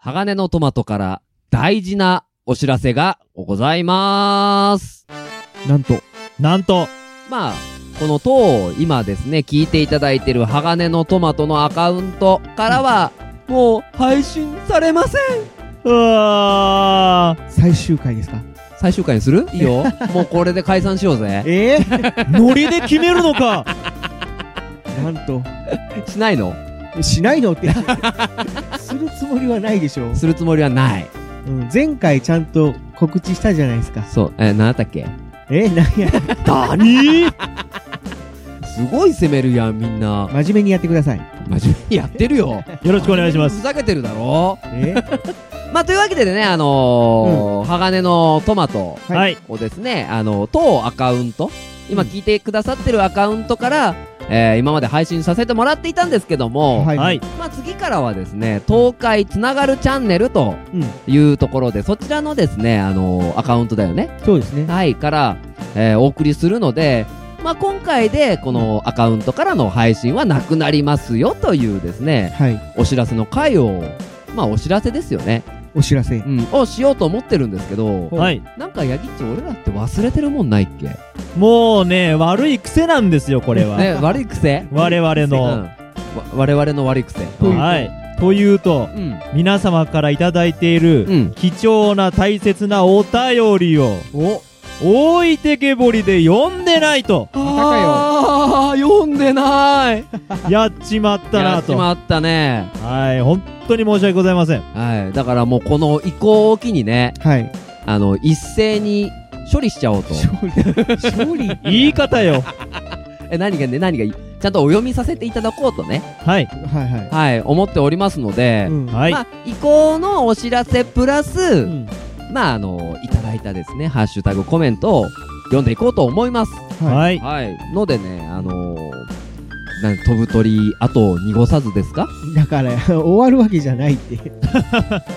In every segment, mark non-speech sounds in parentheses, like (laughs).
鋼のトマトから大事なお知らせがございます。なんと、なんと、まあ、この当、今ですね、聞いていただいている鋼のトマトのアカウントからは、もう配信されませんうわー最終回ですか最終回にするいいよ。もうこれで解散しようぜ。ええノリで決めるのかなんと、しないのしないのって、するつもりはないでしょう。するつもりはない。うん、前回ちゃんと告知したじゃないですか。そう、えー、何だったっけえー、なんや、何すごい攻めるやん、みんな。真面目にやってください。真面目にやってるよ。 (laughs) よろしくお願いしまふす。ざけてるだろえー、まあ、というわけでね、あのー鋼のトマトはいはい。をですね、あの、当アカウント、今聞いてくださってるアカウントから、えー今まで配信させてもらっていたんですけども、はいはい。まあ、次からはですね、東海つながるチャンネルとうんいうところで、そちらのですね、あのーアカウントだよね。そうですね。はい、から、えーお送りするので、まあ、今回でこのアカウントからの配信はなくなりますよというですね、はい。お知らせの回を、まあ、お知らせですよね。お知らせう。ん、をしようと思ってるんですけど、はい。なんかヤギっち俺らって忘れてるもんないっけもうね、悪い癖なんですよ、これは。ね、悪い癖我々のうんわ我々の悪い癖。というはい。というと、うん。皆様からいただいていうる、ん。貴重な大切なお便りを、お大いてけぼりで読んでないと、 (laughs) ああ、読んでない。やっちまったやなっちと。まったね。はい。本当に申し訳ございませ (laughs) ん。はい。だからもうこの移行を機にね、はい。あの、一斉に処理しちゃおうと。勝利。言い方よ。え、何がね、何がいいちゃんとお読みさせていただこうとね、はい。はいははい、思っておりますので、い。うん。はまい。あ、移行のお知らせプラス、うんまあ、あの、いただいたですね、ハッシュタグコメントを読んでいこうと思います。はい。はい。はい。のでね、あのー、なん飛ぶ鳥、後を濁さずですかだから、終わるわけじゃないって。い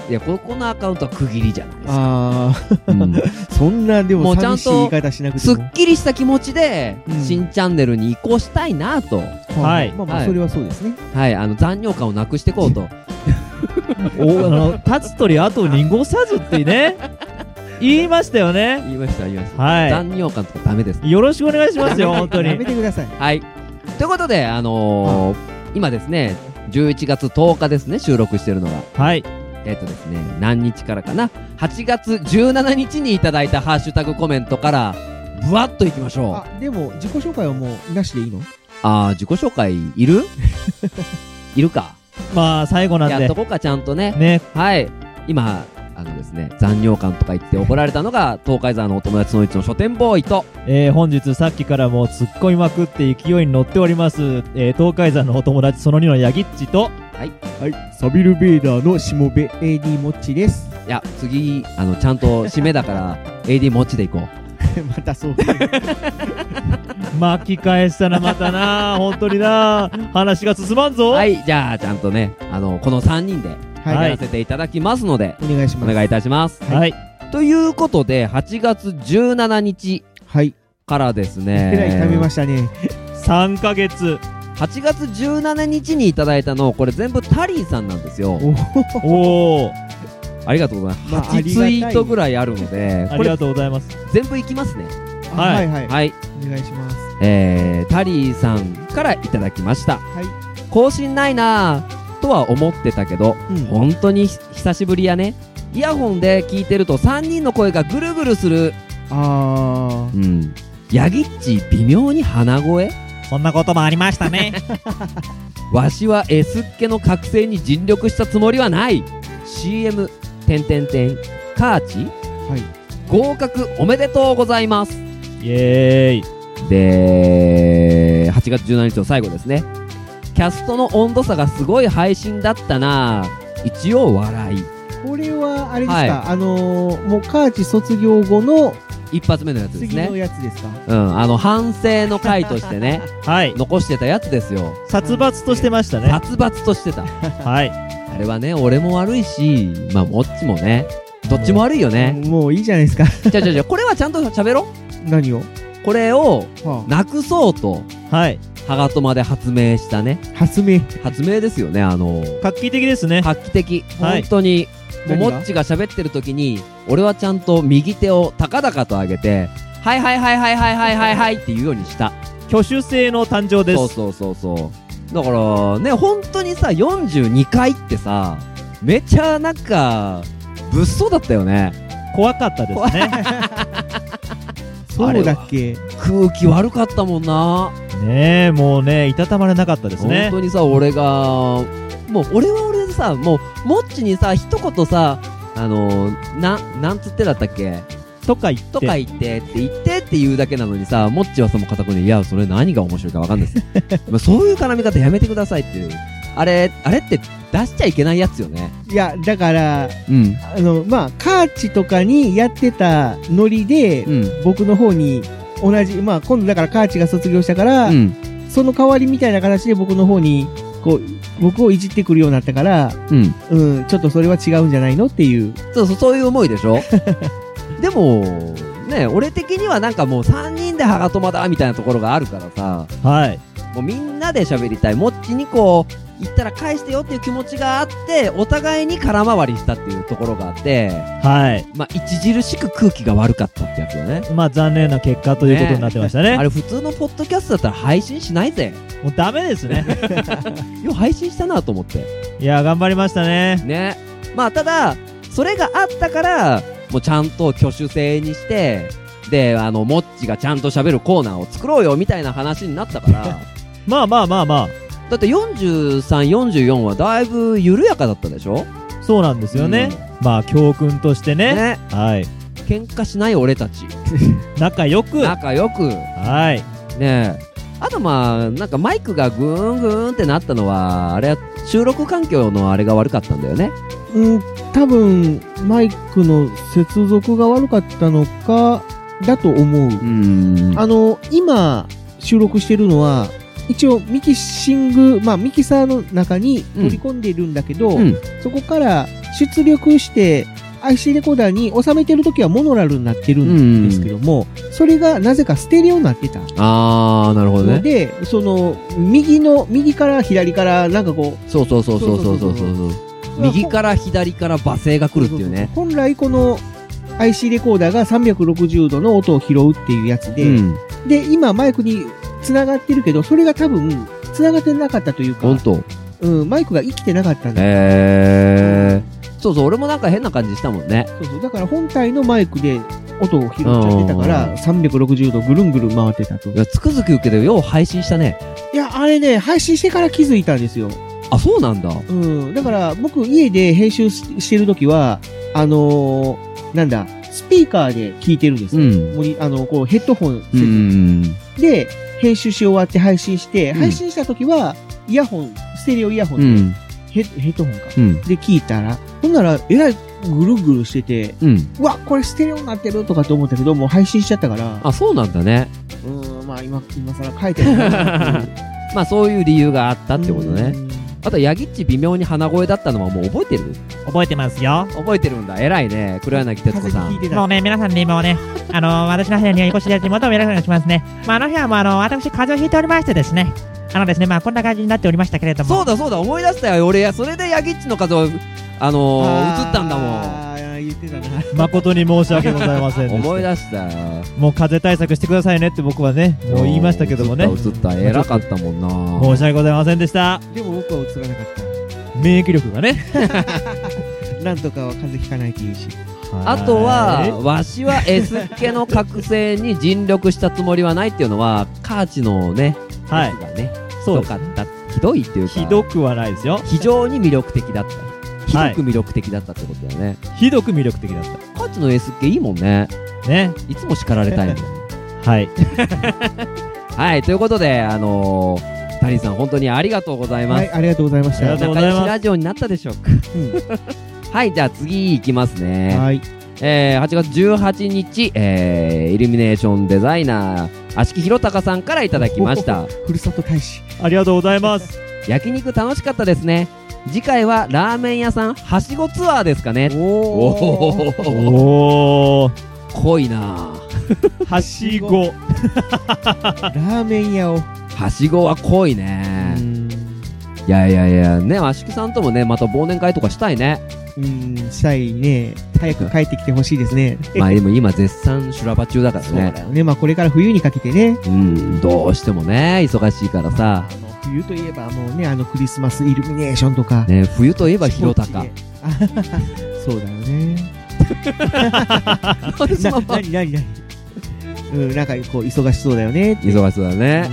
や、ここのアカウントは区切りじゃないですか。あ (laughs) うんあ、そんな、でももうちゃんと寂しい言い方しなくてすも。っきりした気持ちで、うん新チャンネルに移行したいなと。はいまあまはあ、いそれはそうですね。はい、あの、残尿感をなくしていこうと。おあの立つ鳥後濁さずっ (laughs) てね言いましたよね (laughs) 言いました、言いました。は残尿感とかダメです。いよろしくお願いし (laughs) ますよやめ本当やめにてください。はい。ということで、あのー今ですね、11月10日ですね、収録してるのが。はいえっ、とですね、何日からかな。8月17日にいただいたハッシュタグコメントから、ぶわっといきましょう。あ、でも、自己紹介はもう、なしでいいのあー、自己紹介いる (laughs) いるか。まあ最後なんやっでとこうか、ちゃんとね。ねはい。今、あのですね、残尿感とか言って怒られたのが、東海沢のお友達のうちの書店ボーイと、えー本日さっきからもう突っ込みまくって勢いに乗っております、えー東海山のお友達その2のヤギッチとはい。サビルベーダーのしもべ AD モッチです。いや、次、あの、ちゃんと締めだから、AD (laughs) 持ちでいこう。 (laughs) またそう。は巻き返したなまた (laughs) な本当にな話が進まんぞはいい、じゃあ、ちゃんとね、あの、この3人で、はやいらせていただきますので、お願いしおます。願いいたします。はい、ということで、8月17日はい。からですね、えらい痛めましたね。 3ヶ月8月17日にいただいたの、これ全部タリーさんなんですよ。おお。おおありがとうございまあます。8ツイートぐらいあるので、あこりれがとうございます全部いきますね。あははいいはい。はい。お願いします。えー、タリーさんからいただきました。はい。更新ないなぁ、とは思ってたけど、うん本当にひ久しぶりやね。イヤホンで聞いてると3人の声がぐるぐるする。あうん。ヤギッチ微妙に鼻声そんなこともありましたねわしは S っ気の覚醒に尽力したつもりはない CM てんてんてんカーチあ。はい。合格おめでとうございます (laughs) イエーイで8月17日の最後ですねキャストの温度差がすごい配信だったな一応笑いこれは、あれですか、はいあのー、もうカーチ卒業後の一発目のやつです次のねやつですかうんあの反省の回として (laughs) ねはい残してたやつですよ殺伐としてましたね殺伐としてたはいあれはね俺も悪いしまあもっちもねどっちも悪いよねもういいじゃないですか。じゃじゃじゃこれはちゃんと喋ろう何をこれをはなくそうと、はいハガトマで発明したね。あ、発明。発明ですよね、あの、画期的ですね画期的。はい本当に、もう何がもっちが喋ってる時に俺はちゃんと右手を高々と上げて「はいはいはいはいはいはいはいはい」って言うようにした挙手制の誕生でそうす。そうそうそうだからね本当にさ42回ってさめちゃなんか物騒だったよね怖かったですね。そうだっけ空気悪かったもんなねえ、もうね、いたたまれなかったですね本。当にさ俺がもう俺は俺でさもうもっちにさ一言さあのななんつってだったっけとか言って。とか言ってって言ってって言うだけなのにさもっちはその固くに「いやそれ何が面白いかわかんないです」 (laughs) まあそういう絡み方やめてくださいっていうあれあれって出しちゃいけないやつよねいや、だから、うんあの、まあ、カーチとかにやってたノリで、うん僕の方に同じ、まあ、今度だからカーチが卒業したから、うんその代わりみたいな形で僕の方に、こう、僕をいじってくるようになったから、うんうん、ちょっとそれは違うんじゃないのっていう。そうそうそういう思いでしょ (laughs) でもね俺的にはなんかもう3人でハガトマだみたいなところがあるからさはい。もうみんなで喋りたいもっちにこう言ったら返してよっていう気持ちがあってお互いに空回りしたっていうところがあってはい。まあ著しく空気が悪かったってやつよねまあ、残念な結果ということになってましたね。あれ普通のポッドキャストだったら配信しないぜ。もうダメですね。 (laughs) よう配信したなと思って。いや、頑張りましたね。ね。まあただ、それがあったから、もうちゃんと挙手制にして、で、あの、もっちがちゃんと喋るコーナーを作ろうよみたいな話になったから、 (laughs) まあまあまあまだって43、44はだいぶ緩やかだったでしょあ、そうなんですよね。まあ、教訓としてうんね。ね。はい。喧嘩しない俺たち。仲良く。は仲良く。い。ねえ。あとまあ、なんかマイクがグーングーンってなったのは、あれは収録環境のあれが悪かったんだよね。うん、多分、マイクの接続が悪かったのか、だと思う。うん。あの、今、収録してるのは、一応ミキシング、まあミキサーの中に取り込んでいるんだけど、うん。そこから出力して IC レコーダーに収めてるときはモノラルになってるんですけども、それがなぜかステレオになってた。あー、なるほどのね。で、その、右の、右から左から、なんかこそうそうそうそうそうそうそうう。右から左から罵声が来るっていうね。本来この IC レコーダーが360度の音を拾うっていうやつで、うん。で、今マイクに繋がってるけど、それが多分、繋がってなかったというか、ほんと。うん、マイクが生きてなかったんだ。へー。そうそう、俺もなんか変な感じしたもんね。そうそう。だから本体のマイクで音を拾っちゃってたかうんら、360度ぐるんぐるん回ってたと。いやつくづく言うけど、よう配信したね。いや、あれね、配信してから気づいたんですよ。あ、そうなんだ。うん。だから僕、家で編集ししてるときは、あのーなんだ、スピーカーで聞いてるんですうよ。ん。モニあの、こう、ヘッドホン設う置ん。で、編集し終わって配信して、うん配信したときは、イヤホン、ステレオイヤホンうで、ん。ヘヘッドホンか。うん。で、聞いたら、ほんなら、えらいぐるぐるしてて、うん。うわ、これステレオになってるとかと思ったけど、もう配信しちゃったから、あ、そうなんだね。うーん、まあ今、今更書いてるなっていうまあそういう理由 (laughs) があったってことねう。んあと、ヤギッチ微妙に鼻声だったのはもう覚えてる覚えてますよ。覚えてるんだ。偉いね。黒柳徹子風さん邪ひい。てたもうね、皆さんね、今は (laughs) ね、あのー、私の部屋にお越しいただき、元もよろしくお願いしますね。まあ、あの日はもう、あの、私、風邪をひいておりましてですね、あのですね、まあ、こんな感じになっておりましたけれども、そうだそうだ思い出したよ俺やそれでヤギッチの数をあのー、映ったんだもあー言ってたな。誠に申し訳ございませんでんした。思い出したよもう風邪対策してくださいねって僕はね、もう言いましたけどもね。映申った映った偉かったもんなし訳ございませんでした。でも僕は映らなかっ免疫力がね。た。なんとかは風邪ひかないっていうし。あとは、わしは S っ気の覚醒に尽力したつもりはないっていうのは、カーチのね、はいやつがね、ひそうどですかった、ひどいっていうか、ひどくはないですよ。非常に魅力的だった。ひはいどく魅力的だったってことだよね。ひどく魅力的だっカーチの S っ気いいもんね。た。ね。いつも叱られ (laughs) たいもん。はい。はい、ということで、あのー、谷さん本当にありがとうございますは。い、ありがとうございました。ありがとうご仲ざい良ますしラジオになったでしょうか、 (laughs) はいじゃあ次いきますね、はい。えー8月18日、えーイルミネーションデザイナー足木弘隆さんからいただきま (laughs) したふるさと大使。ありがとうございます。焼肉楽しかったですね次回はラーメン屋さんはしごツアーですかねおー。おおー。濃いなぁはしご。ラーメン屋を。はしごは濃いうねんいやいやいや、ね、圧縮さんともね、また忘年会とかしたい (laughs) ね。うん、したいね。早く帰ってきてほしいですね。まあでも今絶賛修羅場中だからそうだね。よね。まあこれから冬にかけてね。うん、どうしてもね、忙しいからさあ。の冬といえばもうね、あのクリスマスイルミネーションとか。ね、冬といえば広 (laughs) ス高ポー。ツで。あははそうだよね。な、なになになにうん、なんかこう忙しそうだよねって。忙しそうだうね。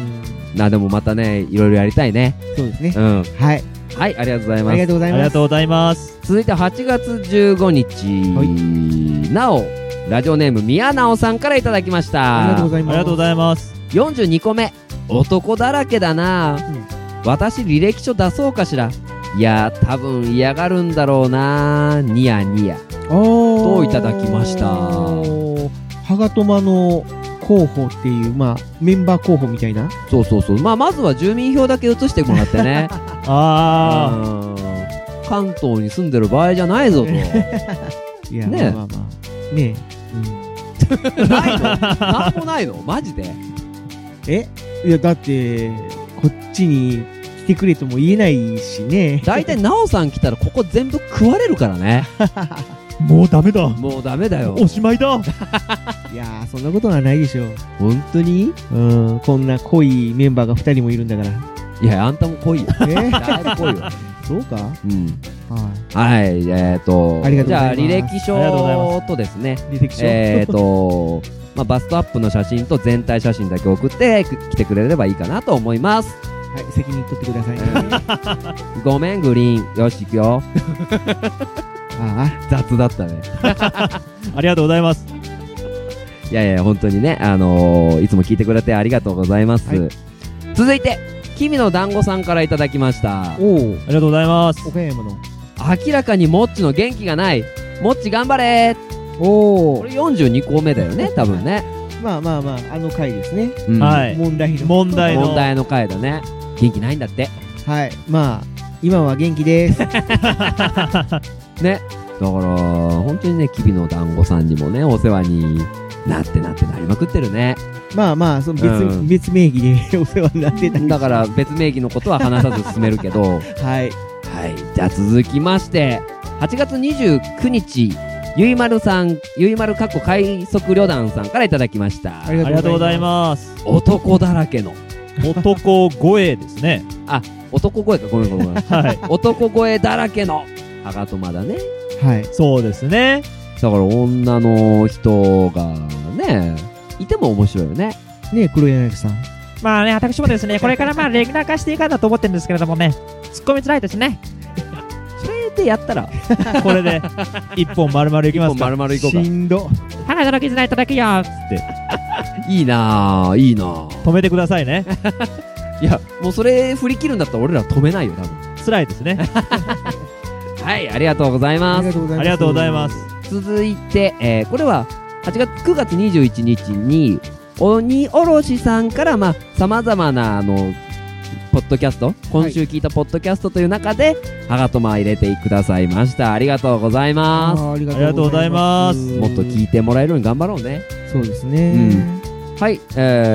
んな、でもまたね、いろいろやりたいね。そうですねう。ん。はい。はい、ありがとうございあまりすが。とうござあいりがます。とうございます。続いて8月15日、はなおラジオネーム宮直さんからいただきましありがたとうござあいります。がとうございます。 42個目男だらけだな、私履歴書出そうかしらいや多分嫌がるんだろうなニヤニヤおといただきましたハガトマの候補っていう、まあ、メンバー候補みたいな。そうそうそうまあまずは住民票だけ移してもらって (laughs) ねあうん関東に住んでる場合じゃないぞといや、ねえまあまあまあ。ねないのなんもないのマジでえ、うんえ、いや、だって、こっちに来てくれとも言えないしね。大体奈緒さん来たらここ全部食われるからねあ、もうダメだ。もうダメだよおしまいだ。いやー、そんなことはないでしょう。本当にうん、こんな濃いメンバーが2人もいるんだから。いやあんたも来いよえだいぶ濃いよそうかはうんはい、えっ、と、ありがとじうございゃまあ、す履歴ありがとうござい書とですね、い。履歴書、えっ、 (laughs) と、まあ、バストアップの写真と全体写真だけ送ってく来てくれればいいかなと思います。はい、責任取ってくださいね。ごめん、グリーン。よし、行くよ。 (laughs) あ雑だったね。ありがとうございます。いやいや、本当にね、あのーいつも聞いてくれてありがとうございます。はい続いて、君の団子さんからいただきましたあ、。おお、ありがとうございます。岡山の。明らかにもっちの元気がない。もっち頑張れおこれ42個目だよね、多分ね。まあまあまあ、あの回ですね。うんはい。問題の。問題の。問題の回だね。元気ないんだって。はい。まあ、今は元気です。ね。だから、本当にね、きびの団子さんにもね、お世話になってなってなりまくってるね。まあまあ、その別,、うん別名義で (laughs) お世話になってたりだから、別名義のことは話さず進めるけど。はい。はい。じゃあ続きまして、8月29日、ゆいまるさん、ゆいまるかっこ快速旅団さんからいただきました。ありありがとうございます。男だらけの。男声ですね。男声か、ごめんごめんごめん。 (laughs) はい。男声だらけの。あがとまだね。す。はい。そうですね。だから女の人がね、いても面白いよね。ねえ黒柳さん。まあね、私もですね、これからまあレギュラー化していかんだと思ってるんですけれどもね、突っ込みづらいですね。それでやったら、これで、一本丸々いきまもうすか。丸々いこうしか。んど。花の絆いただくよ。いいなぁ、いいなぁ。止めてください (laughs) ね。いや、もうそれ振り切るんだったら俺ら止めないよ、多分。辛いですね。はい、ありがとうございあまりす。がとうございます。ありがとうございます。続いて、えー、これは、8月、9月21日に、鬼おろしさんから、まあ、様々な、あの、ポッドキャスト、今週聞いたポッドキャストという中で、はがとま入れてくださいました。ありがとうございあます。ー。ありありがとうございますもっと聞いてもらえるように頑張ろうね。そうですね。はい、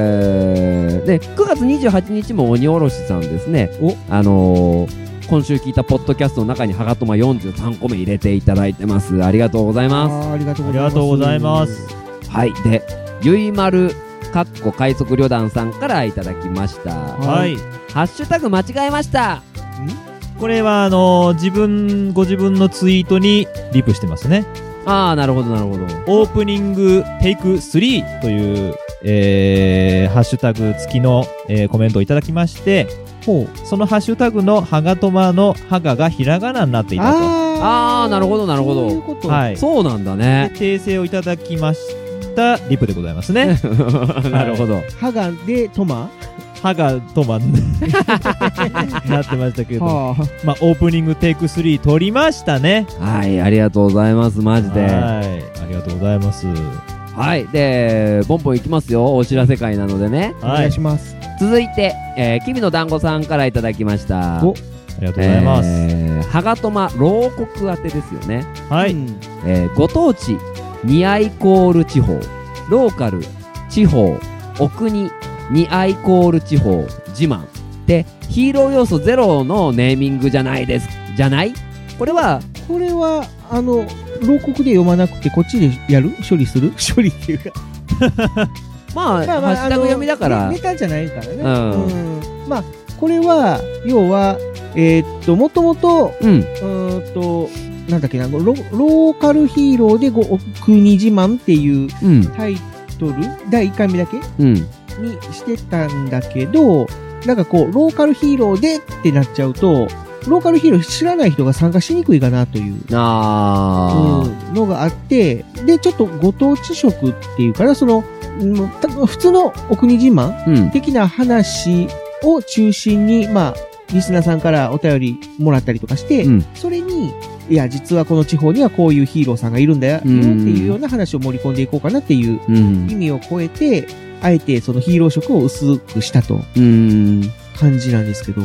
えー、で、9月28日も鬼おろしさんですね。おあのー今週聞いたポッドキャストの中に、はがとま43個目入れていただいてます。ありがとうございます。あーありがとうあごりざいます。がとうございます。。はい、で、ゆいまる、かっこ快速旅団さんからいただきました。ははいい。ハッシュタグ間違えました。これは、あのー、自分、ご自分のツイートにリプしてますね。あー、なるほど、なるほど。オープニングテイク3という、えー、ハッシュタグ付きの、えーコメントをいただきまして、そのハッシュタグのハガトマのハガがひらがなになっていたと。ああーなるほどなるほどそういうこと。はいそうなんだで (laughs) ね。訂正をいただきましたリプでございますね。なるほど。歯がでトマ歯が止ま (laughs) んなってましたけど、はあ。まあ、オープニングテイク3撮りましたね。はい、ありがとうございます、マジで。はい。ありがとうございます。ははい、で、ボンボンいきますよ、お知らせ会なのでね。お願い。あいします。続いて、えー、君の団子さんからいただきました。おりがとうございます。えー、はがとま牢獄宛てですよね。(laughs) はうい。んえーご当地ニアイコール地方ローカル地方お国ニアイコール地方自慢でヒーロー要素ゼロのネーミングじゃないですじゃないこれはこれは、あの、牢獄で読まなくて、こっちでやる処理する処理っていうか。まあ、ハッシュタグ読みだかあのらネネタじゃないからね。うんうんまあ、これは、要は、えーっと、もともと、うんうーんと、なんだっけな、ロローカルヒーローでごお国自慢っていううんタイトル、第1回目だけうんにしてたんだけど、なんかこう、ローカルヒーローでってなっちゃうと、ローカルヒーロー知らない人が参加しにくいかなという。あーうんのがあって、で、ちょっとご当地色っていうかな、その、うんた普通のお国自慢うん的な話を中心に、まあ、リスナーさんからお便りもらったりとかして、うんそれに、いや、実はこの地方にはこういうヒーローさんがいるんだよ、ってうんいうような話を盛り込んでいこうかなっていううん意味を超えて、あえてそのヒーロー色を薄くしたとうん感じなんですけど、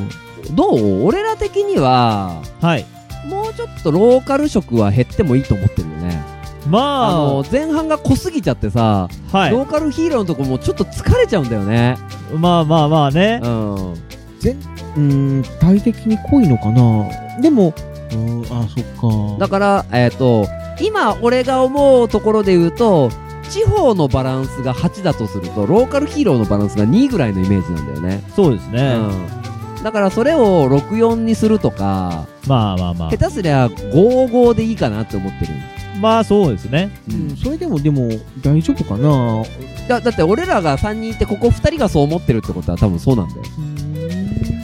どう俺ら的にははい。もうちょっとローカル色は減ってもいいと思ってるよねあまの前半が濃すぎちゃってさ、あ、はローカルヒーローのとこもちょっと疲れちゃうんだよねい。まあまあまあねう。んうーん、体的に濃いのかなでも、うーん、あ、そっか。だから、えっ、と、今俺が思うところで言うと、地方のバランスが8だとすると、ローカルヒーローのバランスが2ぐらいのイメージなんだよね。そうですね。うん。だからそれを64にするとか、まあまあまあ下。手すりゃ55でいいかなって思ってる。まあそうですね。うん、それでもでも大丈夫かなだだって俺らが3人いてここ2人がそう思ってるってことは多分そうなんだよ。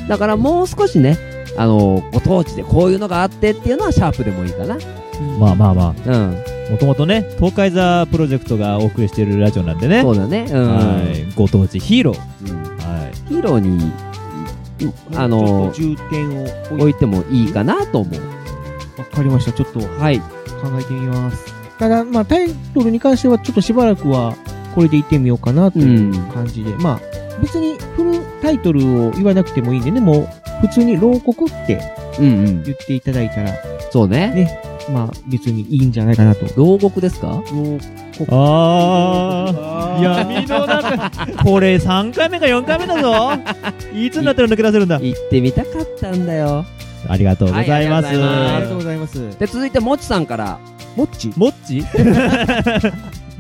だからもう少しね、あの、ご当地でこういうのがあってっていうのはシャープでもいいかな。まあまあまうん。あ。もともとね、東海ザプロジェクトがお送りしているラジオなんでね。そうだね。うん。はい。ご当地ヒーロー。うんはい。ヒーローに、あの、ちょっと重点を置置いいてもいいかなと思う。わかりました。ちょっと考はい。えてみます。ただ、まあ、タイトルに関しては、ちょっとしばらくは、これでいってみようかなという感じで、まあ、別にフルタイトルを言わなくてもいいんでね、もう、普通に牢獄ってうんうん。言っていただいたら、そうね。まあ、別にいいんじゃないかなと。牢獄ですか牢ああ。や闇 (laughs) の中。これ3回目か4回目だぞ。いつになったら抜け出せるんだ。行ってみたかったんだよ。ありがとうございまはいありがとうございますありがとうす。ございます。で、続いて、もちさんから。もっちいもっち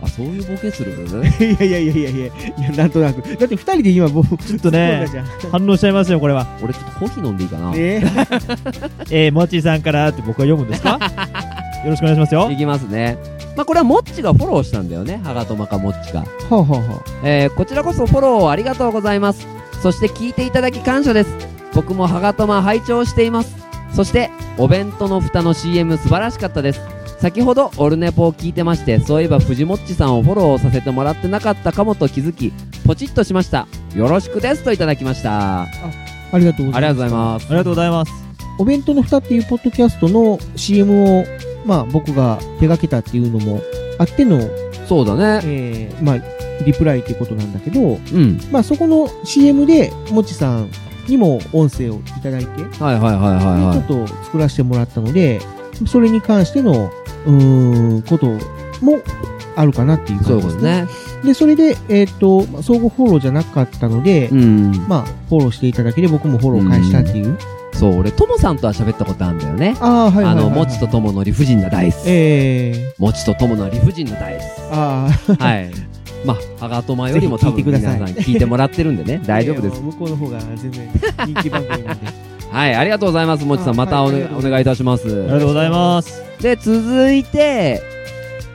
あ、そういうボケ (laughs) するやいやいやいやいや、いやなんとなく。だって二人で今、僕、ちょっとね反応しちゃいますよ、これは。俺、ちょっとコーヒー飲んでいいかな。ねえー、もっちーさんからって僕は読むんで (laughs) すかよろしくお願いしますよい。きますね。まあ、これはもっちがフォローしたんだよね。はがとまかもっちが。はあ、はあはえーこちらこそフォローありがとうございます。そして聞いていただき感謝です。僕もハガトマ拝聴しています。そして、お弁当の蓋の CM 素晴らしかったです。先ほどオルネポを聞いてまして、そういえば藤もっちさんをフォローさせてもらってなかったかもと気づき、ポチッとしました。よろしくですといただきました。ああ、ありがとうりござがとうございます。います。ありがとうございます。お弁当の蓋っていうポッドキャストの CM を、まあ僕が手掛けたっていうのもあっての、そうだね。えー、まあ、リプライっていうことなんだけど、うん。まあそこの CM で、もちさんにも音声をいただいて、はいはいはいはいはでちょっと作らせてもらったので、それに関しての、うーん、こともあるかなっていうい。そうい感うじこでとすね。ね。で、それで、えっ、と、まあ相互フォローじゃなかったので、うん。まあ、フォローしていただけで僕もフォロー返したっていう。そう、俺、ともさんとは喋ったことあるんだよね。ああ、はいはあいはい、はい。の、もちとともの理不尽なダイス。ええもちとともの理不尽なダイス。ああ、 (laughs) はい。まあ、ハガトマよりも多分ぜひ皆聞いてくだささんい聞いてもらってるんでね、大丈夫 (laughs) です。向こうの方が全然人気番組なん (laughs) で。はい、ありがとうございます、もちさん。あまたお,、はいありがとおうございます願いいたしまありす。がとうございます。で、続いて、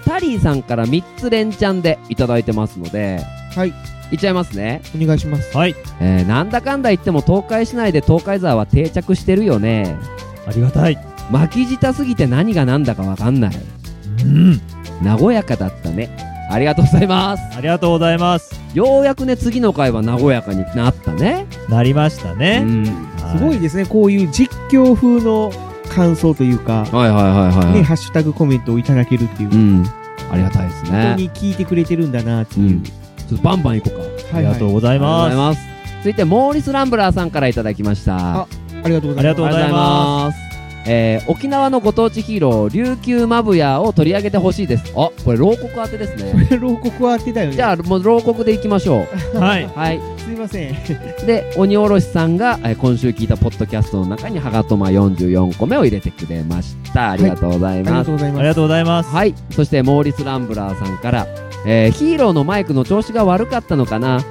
タリーさんから3つ連チャンでいただいてますので、はい。いっちゃいますね。お願いします。はい。えー、なんだかんだ言っても東海市内で東海沢は定着してるよね。ありがたい。巻き舌すぎて何が何だかわかんない。うん。和やかだったね。ありがとうございます。ありがとうございます。ようやくね、次の回は和やかになったね。なりましたうね。ん。はすごい。ですね、こういう実況風の感想というか、はいはいはいはい、はね、い。ハッシュタグコメントをいただけるっていう、う本ん。ありがたいです当ね。に聞いてくれてるんだなってういん。うち。ょっとバンバンいこうか。ありがとうございありがとうございまます。続いて、モーリス・ランブラーさんからいただきました。。ありがとうございます。ありがとうございますえー沖縄のご当地ヒーロー、琉球マブヤを取り上げてほしいです。あ、これ、牢獄当てです (laughs) ね。牢獄は当てだよね。じゃあ、もう牢獄でいきましょう。はい。はい。すいません。で、鬼おろしさんが、えー今週聞いたポッドキャストの中に、ハガトマ44個目を入れてくれました。ありがとうございありがますと。うございあまりす。がとうございます。はい、そしてモーリス・ランブラーさんから、えーヒーローのマイクの調子が悪かったのかな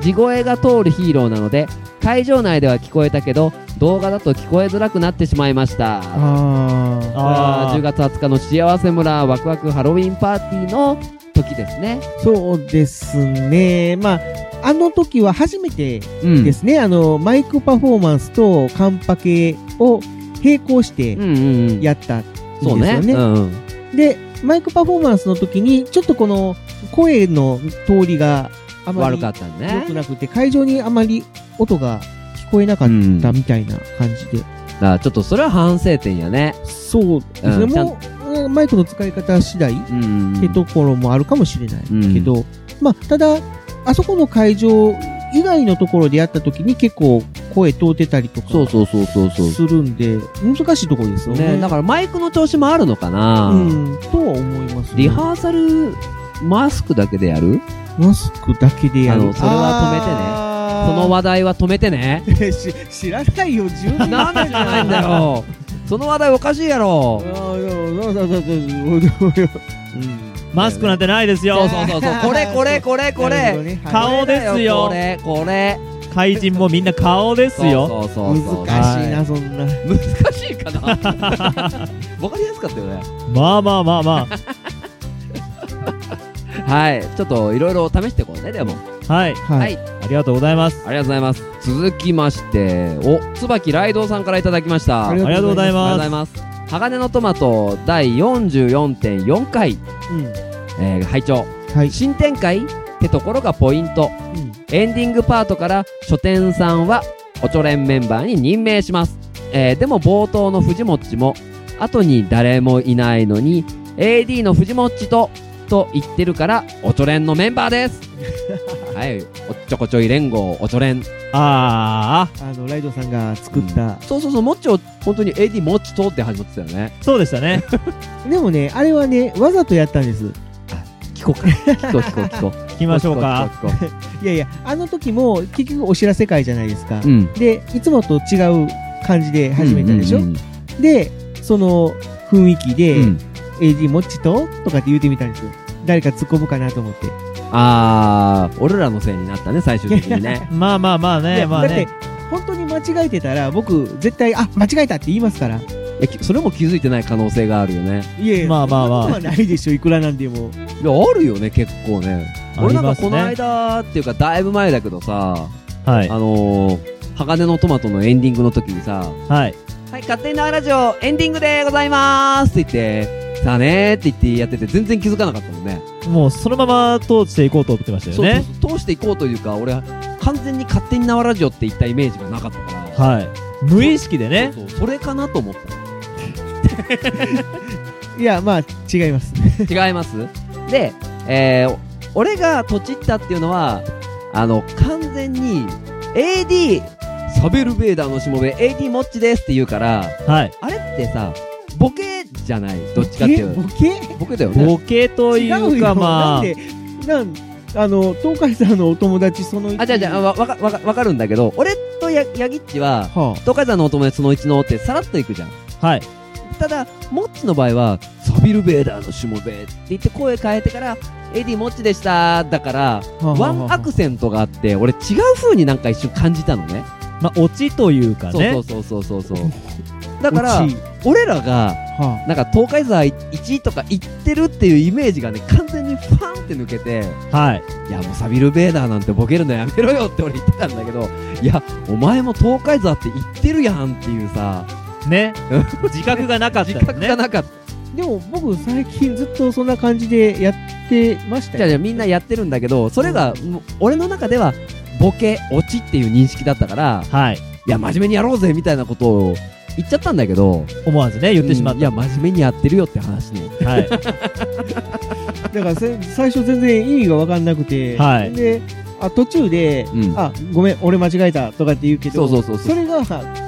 地声が通るヒーローなので会場内では聞こえたけど動画だと聞こえづらくなってしまいましたあああ、あー10ー月20日の幸せ村ワクワクハロウィンパーティーの時ですねそうですね。まあ、あの時は初めてうんですね、あの、マイクパフォーマンスとカンパケを並行してうんうんうんやったんですそようねね。うんうんで、マイクパフォーマンスの時に、ちょっとこの声の通りがあま悪りか良ったくねなくて、会場にあまり音が聞こえなかったみたいな感じで。だからちょっとそれは反省点やねそうですね。うんちゃんもううん、マイクの使い方次第っうんうんてところもあるかもしれないうんけど、まあ、ただ、あそこの会場以外のところでやった時に結構声通ってたりとか。そうそうそうそうそうするんで、難しいところですよね。ねだからマイクの調子もあるのかな、うん、とは思います、リハーサルマスクだけでやるマスクだけでやあるの。それは止めてねその話題は止めてねめてね。その (laughs) 話知らないよ、自分なんでじゃないんだ。よ (laughs) その話題おかしいやろああ、でもそうそうそうそうそうマスクなんてないですそうよ。そうそうそうこれこれこれこなるほどれねはい顔ですよこれこれ怪人もみんな顔ですよ。そうそうそうそう難しいな、そんな。難しいかなわかりやすかったよねまあまあまあまはいちょっといろいろ試していこうねでも。あ。はい。はいありがとうございます。ありがとうございます続きましてお椿ライドウさんからいただきましたあありがとうござあいりがとうござまいす。ます。鋼のトマト第44.4回、うん。えー、拝聴はい。新展開ってところがポイントうんエンディングパートから書店さんはおちょれんメンバーに任命します、えーでも冒頭の藤もっちも後に誰もいないのに AD の藤もっちとと言ってるからおちょれんのメンバーです (laughs) はいおっちょこちょい連合おちょれんああの、ライドさんが作った。そうそうそうもっちを本当に AD もっちとって始まってたよねあ、そうでしたね。でもね、あれはね、わざとやったんです。聞こうか (laughs) 聞こう聞こう聞こう聞 (laughs) 聞きましょうか。こう聞こう聞こいやいや、あの時も結局お知らせ会じゃないですかう。うんで、いつもと違う感じで始めたでしょう。んで、その雰囲気うで、んうん AD もっちととかって言うてみたんですよ。誰か突っ込むかなと思って。あー俺らのせいになったね最終的に (laughs) ねまあまあまあいね、やまあねだ。って、本当に間違えてたら、僕、絶対、あ、間違えたって言いますから。いやきそれも気づいてない可能性があるよねいえまあまあまあそんなことはないでしょ、いくらなんでも。いやあるよね結構ね俺なんかこのありますね間っていうかだいぶ前だけどさ、はい。あのー、鋼のトマトのエンディングの時にさ「はい。はい勝手に縄ラジオエンディングでございます」って言って「さあね」って言ってやってて全然気づかなかったもんねもうそのまま通していこうと思ってましたよね。そうそうそう通していこうというか俺は完全に勝手に縄ラジオって言ったイメージがなかったからはい。無意識でね。そうそうそれかなと思ったいや、まあ、違います。違いますで、えー俺がとちったっていうのは、あの、完全に、AD、サベルベーダーのしもべ、AD モッチですって言うから、はい。あれってさ、ボケじゃない、どっちかっていう。ボケボケだよね。ボケと違ういうよ。かなまんで、なん、あの、東海さんのお友達、その一あ、じゃじゃ、わ、わか、わかわかるんだけど、俺とや、ヤギッチは、は東海山のお友達その一のってさらっといくじゃん。あ、はい。ただ、モッチの場合は、サビルベーダーのしもべって言って声変えてから、AD モッチでしただから、あ、はあワンアクセントがあって、俺違う風になんか一瞬感じたのね。まあ、オチというかね。そうそうそうそうそうそう。だからうち、俺らが、はなんか東海沢1とか行ってるっていうイメージがね、完全にファンって抜けて、はい。いやもうサビルベーダーなんてボケるのやめろよって俺言ってたんだけど、いや、お前も東海沢って行ってるやんっていう (laughs) さ、ね。自覚がなかった自よ覚がね。なかった。あでも、僕、最近ずっとそんな感じでやってましたじゃあよ。じゃあみんなやってるんだけど、それが、もう俺の中では、ボケ、オチっていう認識だったから、はい。いや、真面目にやろうぜみたいなことを言っちゃったんだけど、思わずね、言ってしまっうんいた。や真面目にやってるよって話ねはい。だからせ、最初全然意味が分かんなくて。はいで、あ、途中で、うんあ、ごめん、俺間違えたとかって言うけど、そうそうそうそうれが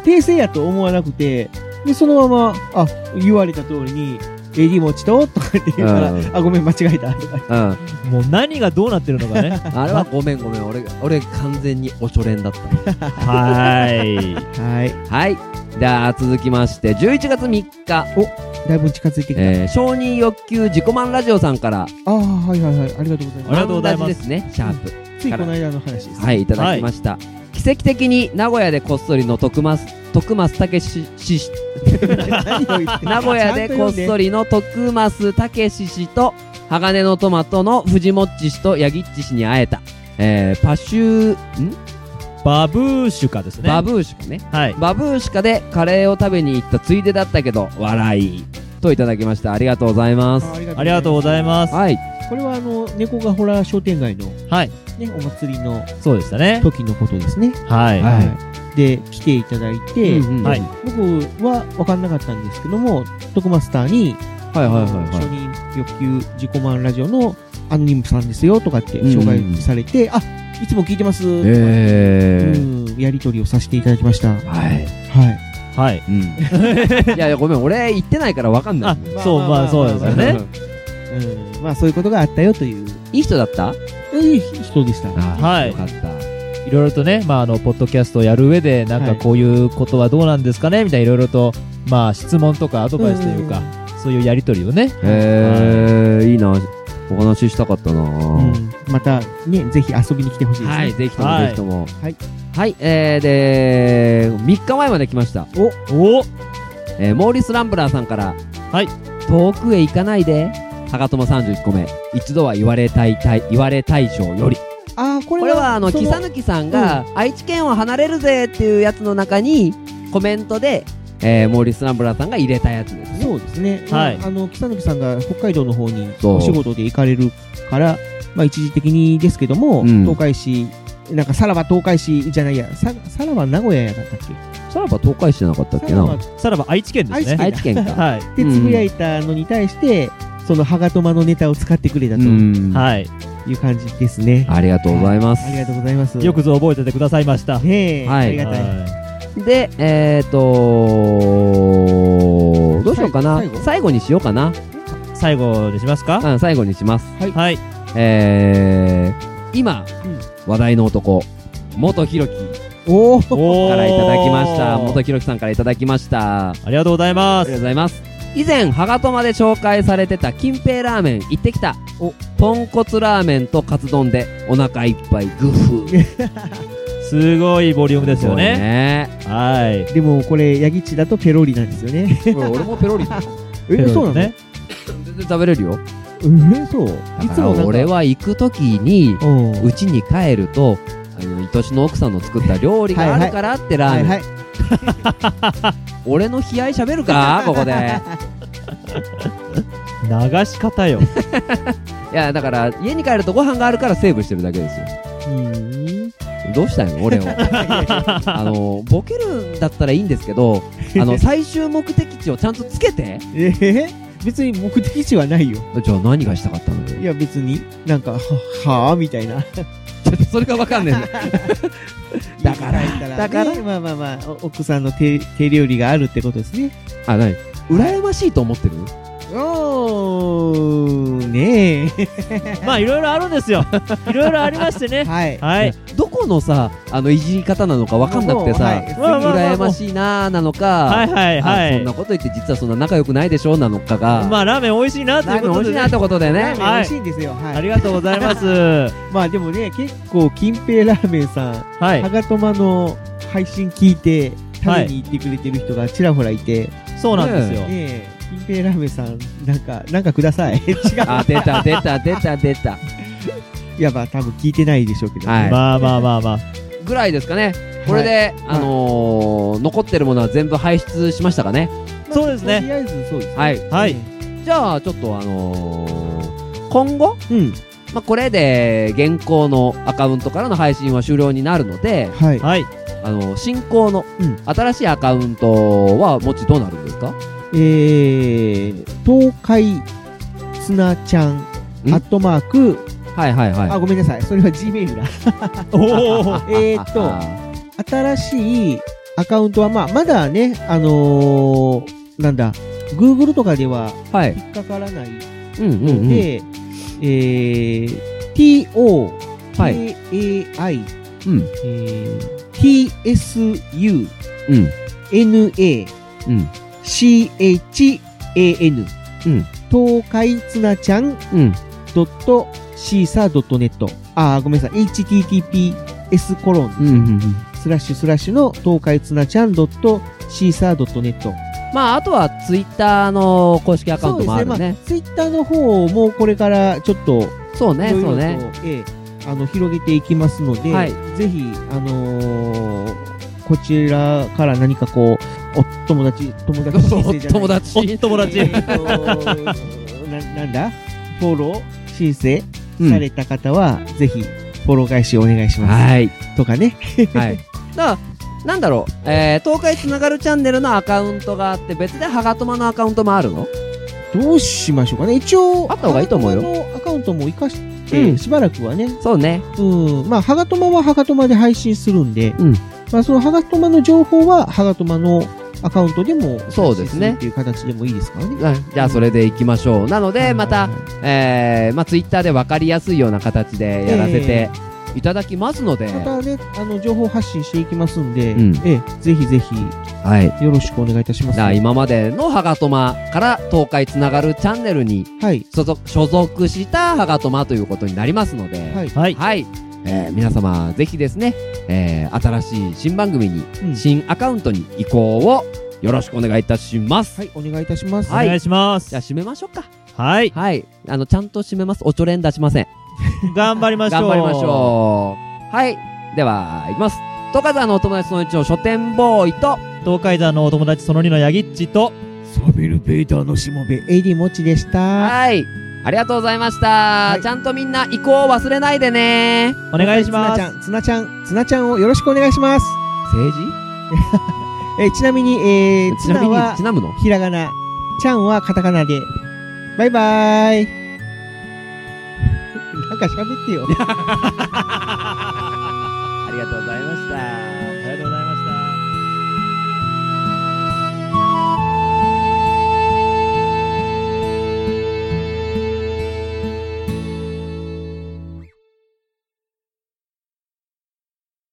訂正やと思わなくて、で、そのまま、あ、言われた通りに、AD も落ちととかって言うから、うんあ、ごめん、間違えた。とかうん。あもう何がどうなってるのかれね。はごめんごめん。俺、俺完全におしょれんだった。はーい。はい。はい。じゃあ続きまして、11月3日、だいぶ近づいてきた。えー承認欲求自己満ラジオさんから、ああ、はいはいはい。ありがとうございあまりがとうございますマンラジですね、シャープ。す。ついこの間の話です。はい、いただきました。奇跡的に名古屋でこっそりの徳松、徳松たけし、しし、 (laughs) 何を言って名古屋でこっそり。りの徳増たけし氏と、鋼のトマトの藤もっち氏とヤギッチ氏に会えた。えー、パシュー、んバブーシュカですね。バブーシュカね。はい。バブーシュカでカレーを食べに行ったついでだったけど、笑い。といただきました。ありがとうございます。ありがとうございます。はい。す。これはあの、猫がホラー商店街の、はい。ね、お祭りのそうでしたね。時のことですね。はい。はいい。で、来ていただいて、うんうんはい僕は分かんなかったんですけども、徳マスターに、はいはいはあのい承はい。認欲求自己満ラジオのアンニムさんですよとかって紹介されて、あいつも聞いてます、えー。うん、やり取りをさせていただきました。はい。はい。はい。うん。いやいや、ごめん。俺、行ってないからわかんないあ。、そう、まあ、そうですよね。うん、まあそういうことがあったよという、いい人だったいい人でした。はいよかった。いろいろとね、まあ、あの、ポッドキャストをやる上で、なんはかいこういうことはどうなんですかねみたいな、いろいろと、まあ、質問とかアドバイスというか、そういうやりとりをね。えー、いいな。お話ししたかったな。うん、うんまたね、ぜひ遊びに来てほしいですね。はい、ぜひともはいぜひとも。はい。はい、えー、で、3日前まで来ました。おえー、モーリス・ランブラーさんから、はい。遠くへ行かないで、はがとも31個目、一度は言われたいたい、言われ大賞より。ああ、これこは、れは、あの、そキサヌキさんが、愛知県を離れるぜっていうやつの中に、コメントで、えー、モーリス・ランブラーさんが入れたやつですね。そうですね。はいまああの、北貫さんが北海道の方にそうお仕事で行かれるから、まあ一時的にですけども、うん東海市、なんかさらば東海市じゃないや、ささらば名古屋やだったっけさらば東海市じゃなかったっけさらばなっさらば愛知県ですね。愛知県か。はい。てつぶやいたのに対して、そのハガトマのネタを使ってくれたといううんはい。感じですね。ありがとうございますあ。りがとうございます。よくぞ覚えててくださいました。ねえ、はいありがたい。はで、えーとどうしようかな最後。最後にしようかな。い最後にしますかうん、最後にします。はい。えー、今、うん話題の男、元ひろきおお、おからいただきました。元あひろきさんからいただきました。ありりがとうございまがとうす。ございます。以前、ハガトマで紹介されてた金平ラーメン行ってきた。お豚骨ラーメンとカツ丼でお腹いっぱいグフ。 (laughs) すごいボリュームですよね。ね。はい。でもこれ、ヤギチだとペロリなんですよね。俺もペロリだよ。え、そうなの、ね。全然食べれるよ。えー、そう。だいかつらもなんか俺、は行くときに、うん。うちに帰ると、あの、愛しの奥さんの作った料理があるからってラーメン。はいはい。俺の悲哀喋るかここで。流し (laughs) 方よ。いや、だから、家に帰るとご飯があるからセーブしてるだけですよ。うんどうしたんよ、 (laughs) 俺を。あの、ボケるんだったらいいんですけど、あ (laughs) の、最終目的地をちゃんとつけて。 (laughs) えー、別に目的地はないよ。じゃあ何がしたかったのいよ。や別に、なんか、は、はぁみたいな。ちょっとそれがわかんねえん (laughs) だ。だから言い方ねだからまあまあまあ、お奥さんの手、手料理があるってことですね。あ、なに羨ましいと思ってるおー、ねまあ、いろいろあるんですよ。いろいろありまして (laughs) え。ね。 (laughs) はい。はい。どこのさ、あの、いじり方なのかわかんなくてはさい、まあまあまあ羨ましいなーなのはかい、はいあはそいんな。こと言って実はそんな仲良くないでしょなのかが、まあ、ラーメン美味しいなとラいうーメンこ美味としでいねなってことでラーね。メン美味しいんですよ。あはりい。がとうございます。はまあでもね、結構、近平ラーメンさん、いは。がとまの配信聞いて、食べに行ってくれてる人がちらほらいて、そうなんですよ。ねえ、近平ラーメンさん、なんか、なんかくだ (laughs) さい。違う。あ、出た、出た、出た、出た。いや、まあ多分聞いてないでしょうけど、ね。はいまあまあまあまあ。ぐらいですかね。これで、あのー残ってるものは全部排出しましたかね。まあそうですねとりあえずそうですね。はい。はい。じゃあ、ちょっとあのー今後、うん。まあ、これで、現行のアカウントからの配信は終了になるので、はい。はい。あのー新興のうん新しいアカウントは、もちどうなるんですかえー、東海つなちゃん、んアットマーク、はいはいあ、はごめ (laughs) んなさい。それは Gmail だ。おお。い。えーっと、あ新しいアカウントは、まあ、まだね、あのーなんだ、Google とかでははい。引っかからないのうんうんうん。で、えー、to, はい。 ai, うん。えー tsu, うん。 na, うん。 chan, うん東海つなちゃんうん。 .cisa.net あー、ごめんなさい。https コロンうんうんうん。スラッシュスラッシュの東海つなちゃん .cisa.net まあ、あとはツイッターの公式アカウントもあるそうでねす。ツイッターの方もこれからちょっとそうね、いろいろそうと、ね。ええあの広げていきますので、はいぜひ、あのーこちらから何かこう、お友達、友達申請じゃない友達。お友え達。ーとななんだフォロー申請うんされた方は、ぜひ、フォロー返しお願いします。 (laughs) はい。とかね。はい。だから、なんだろう、えー、東海つながるチャンネルのアカウントがあって、別でハガトマのアカウントもあるのどうしましょうかね。一応、あった方がいいと思うよハガトマのアカウントも活かしうんて、しばらくはね、そうね。うん。まあ、ハガトマはハガトマで配信するんで、うんまあ、そのハガトマの情報は、ハガトマのアカウントでも、そうですねっていう形でもいいですからね。あじゃあ、それでいきましょう。なので、また、えー、まあ、ツイッターで分かりやすいような形でやらせていただきますので、またね、あの、情報発信していきますんで、うんええ、ぜひぜひ、よはい。だろしくお願いいたします。からはい。今までのハガトマから東海つながるチャンネルにはい。所属所属したハガトマということになりますので、はい。はい。はい、えー皆様ぜひですね、えー新しい新番組に、うん新アカウントに移行をよろしくお願いいたします。お願いいたします。おはい願いしまじすゃあ。締めましょうか。はい。はい。あの、ちゃんと締めます。おちょれん出しません。頑張りましょう。頑張りましょう。はい。では、いきます。トカザのお友達その一の書店ボーイと、う。東海山のお友達その2のヤギッチと、サベルベーターのしもべ、AD もちでした。はい。ありがとうございました。いちゃんとみんな移行を忘れないでね。お願いしまつすな。ちゃん、つなちゃん、つなちゃんをよろしくお願いします。政えーちなみに、えー、治つちなみなに、はち、なむのひらがな、ちゃんはカタカナで。バイバーイ。 (laughs) なんか喋ってよ。ありがとうございました。ありがとうございます。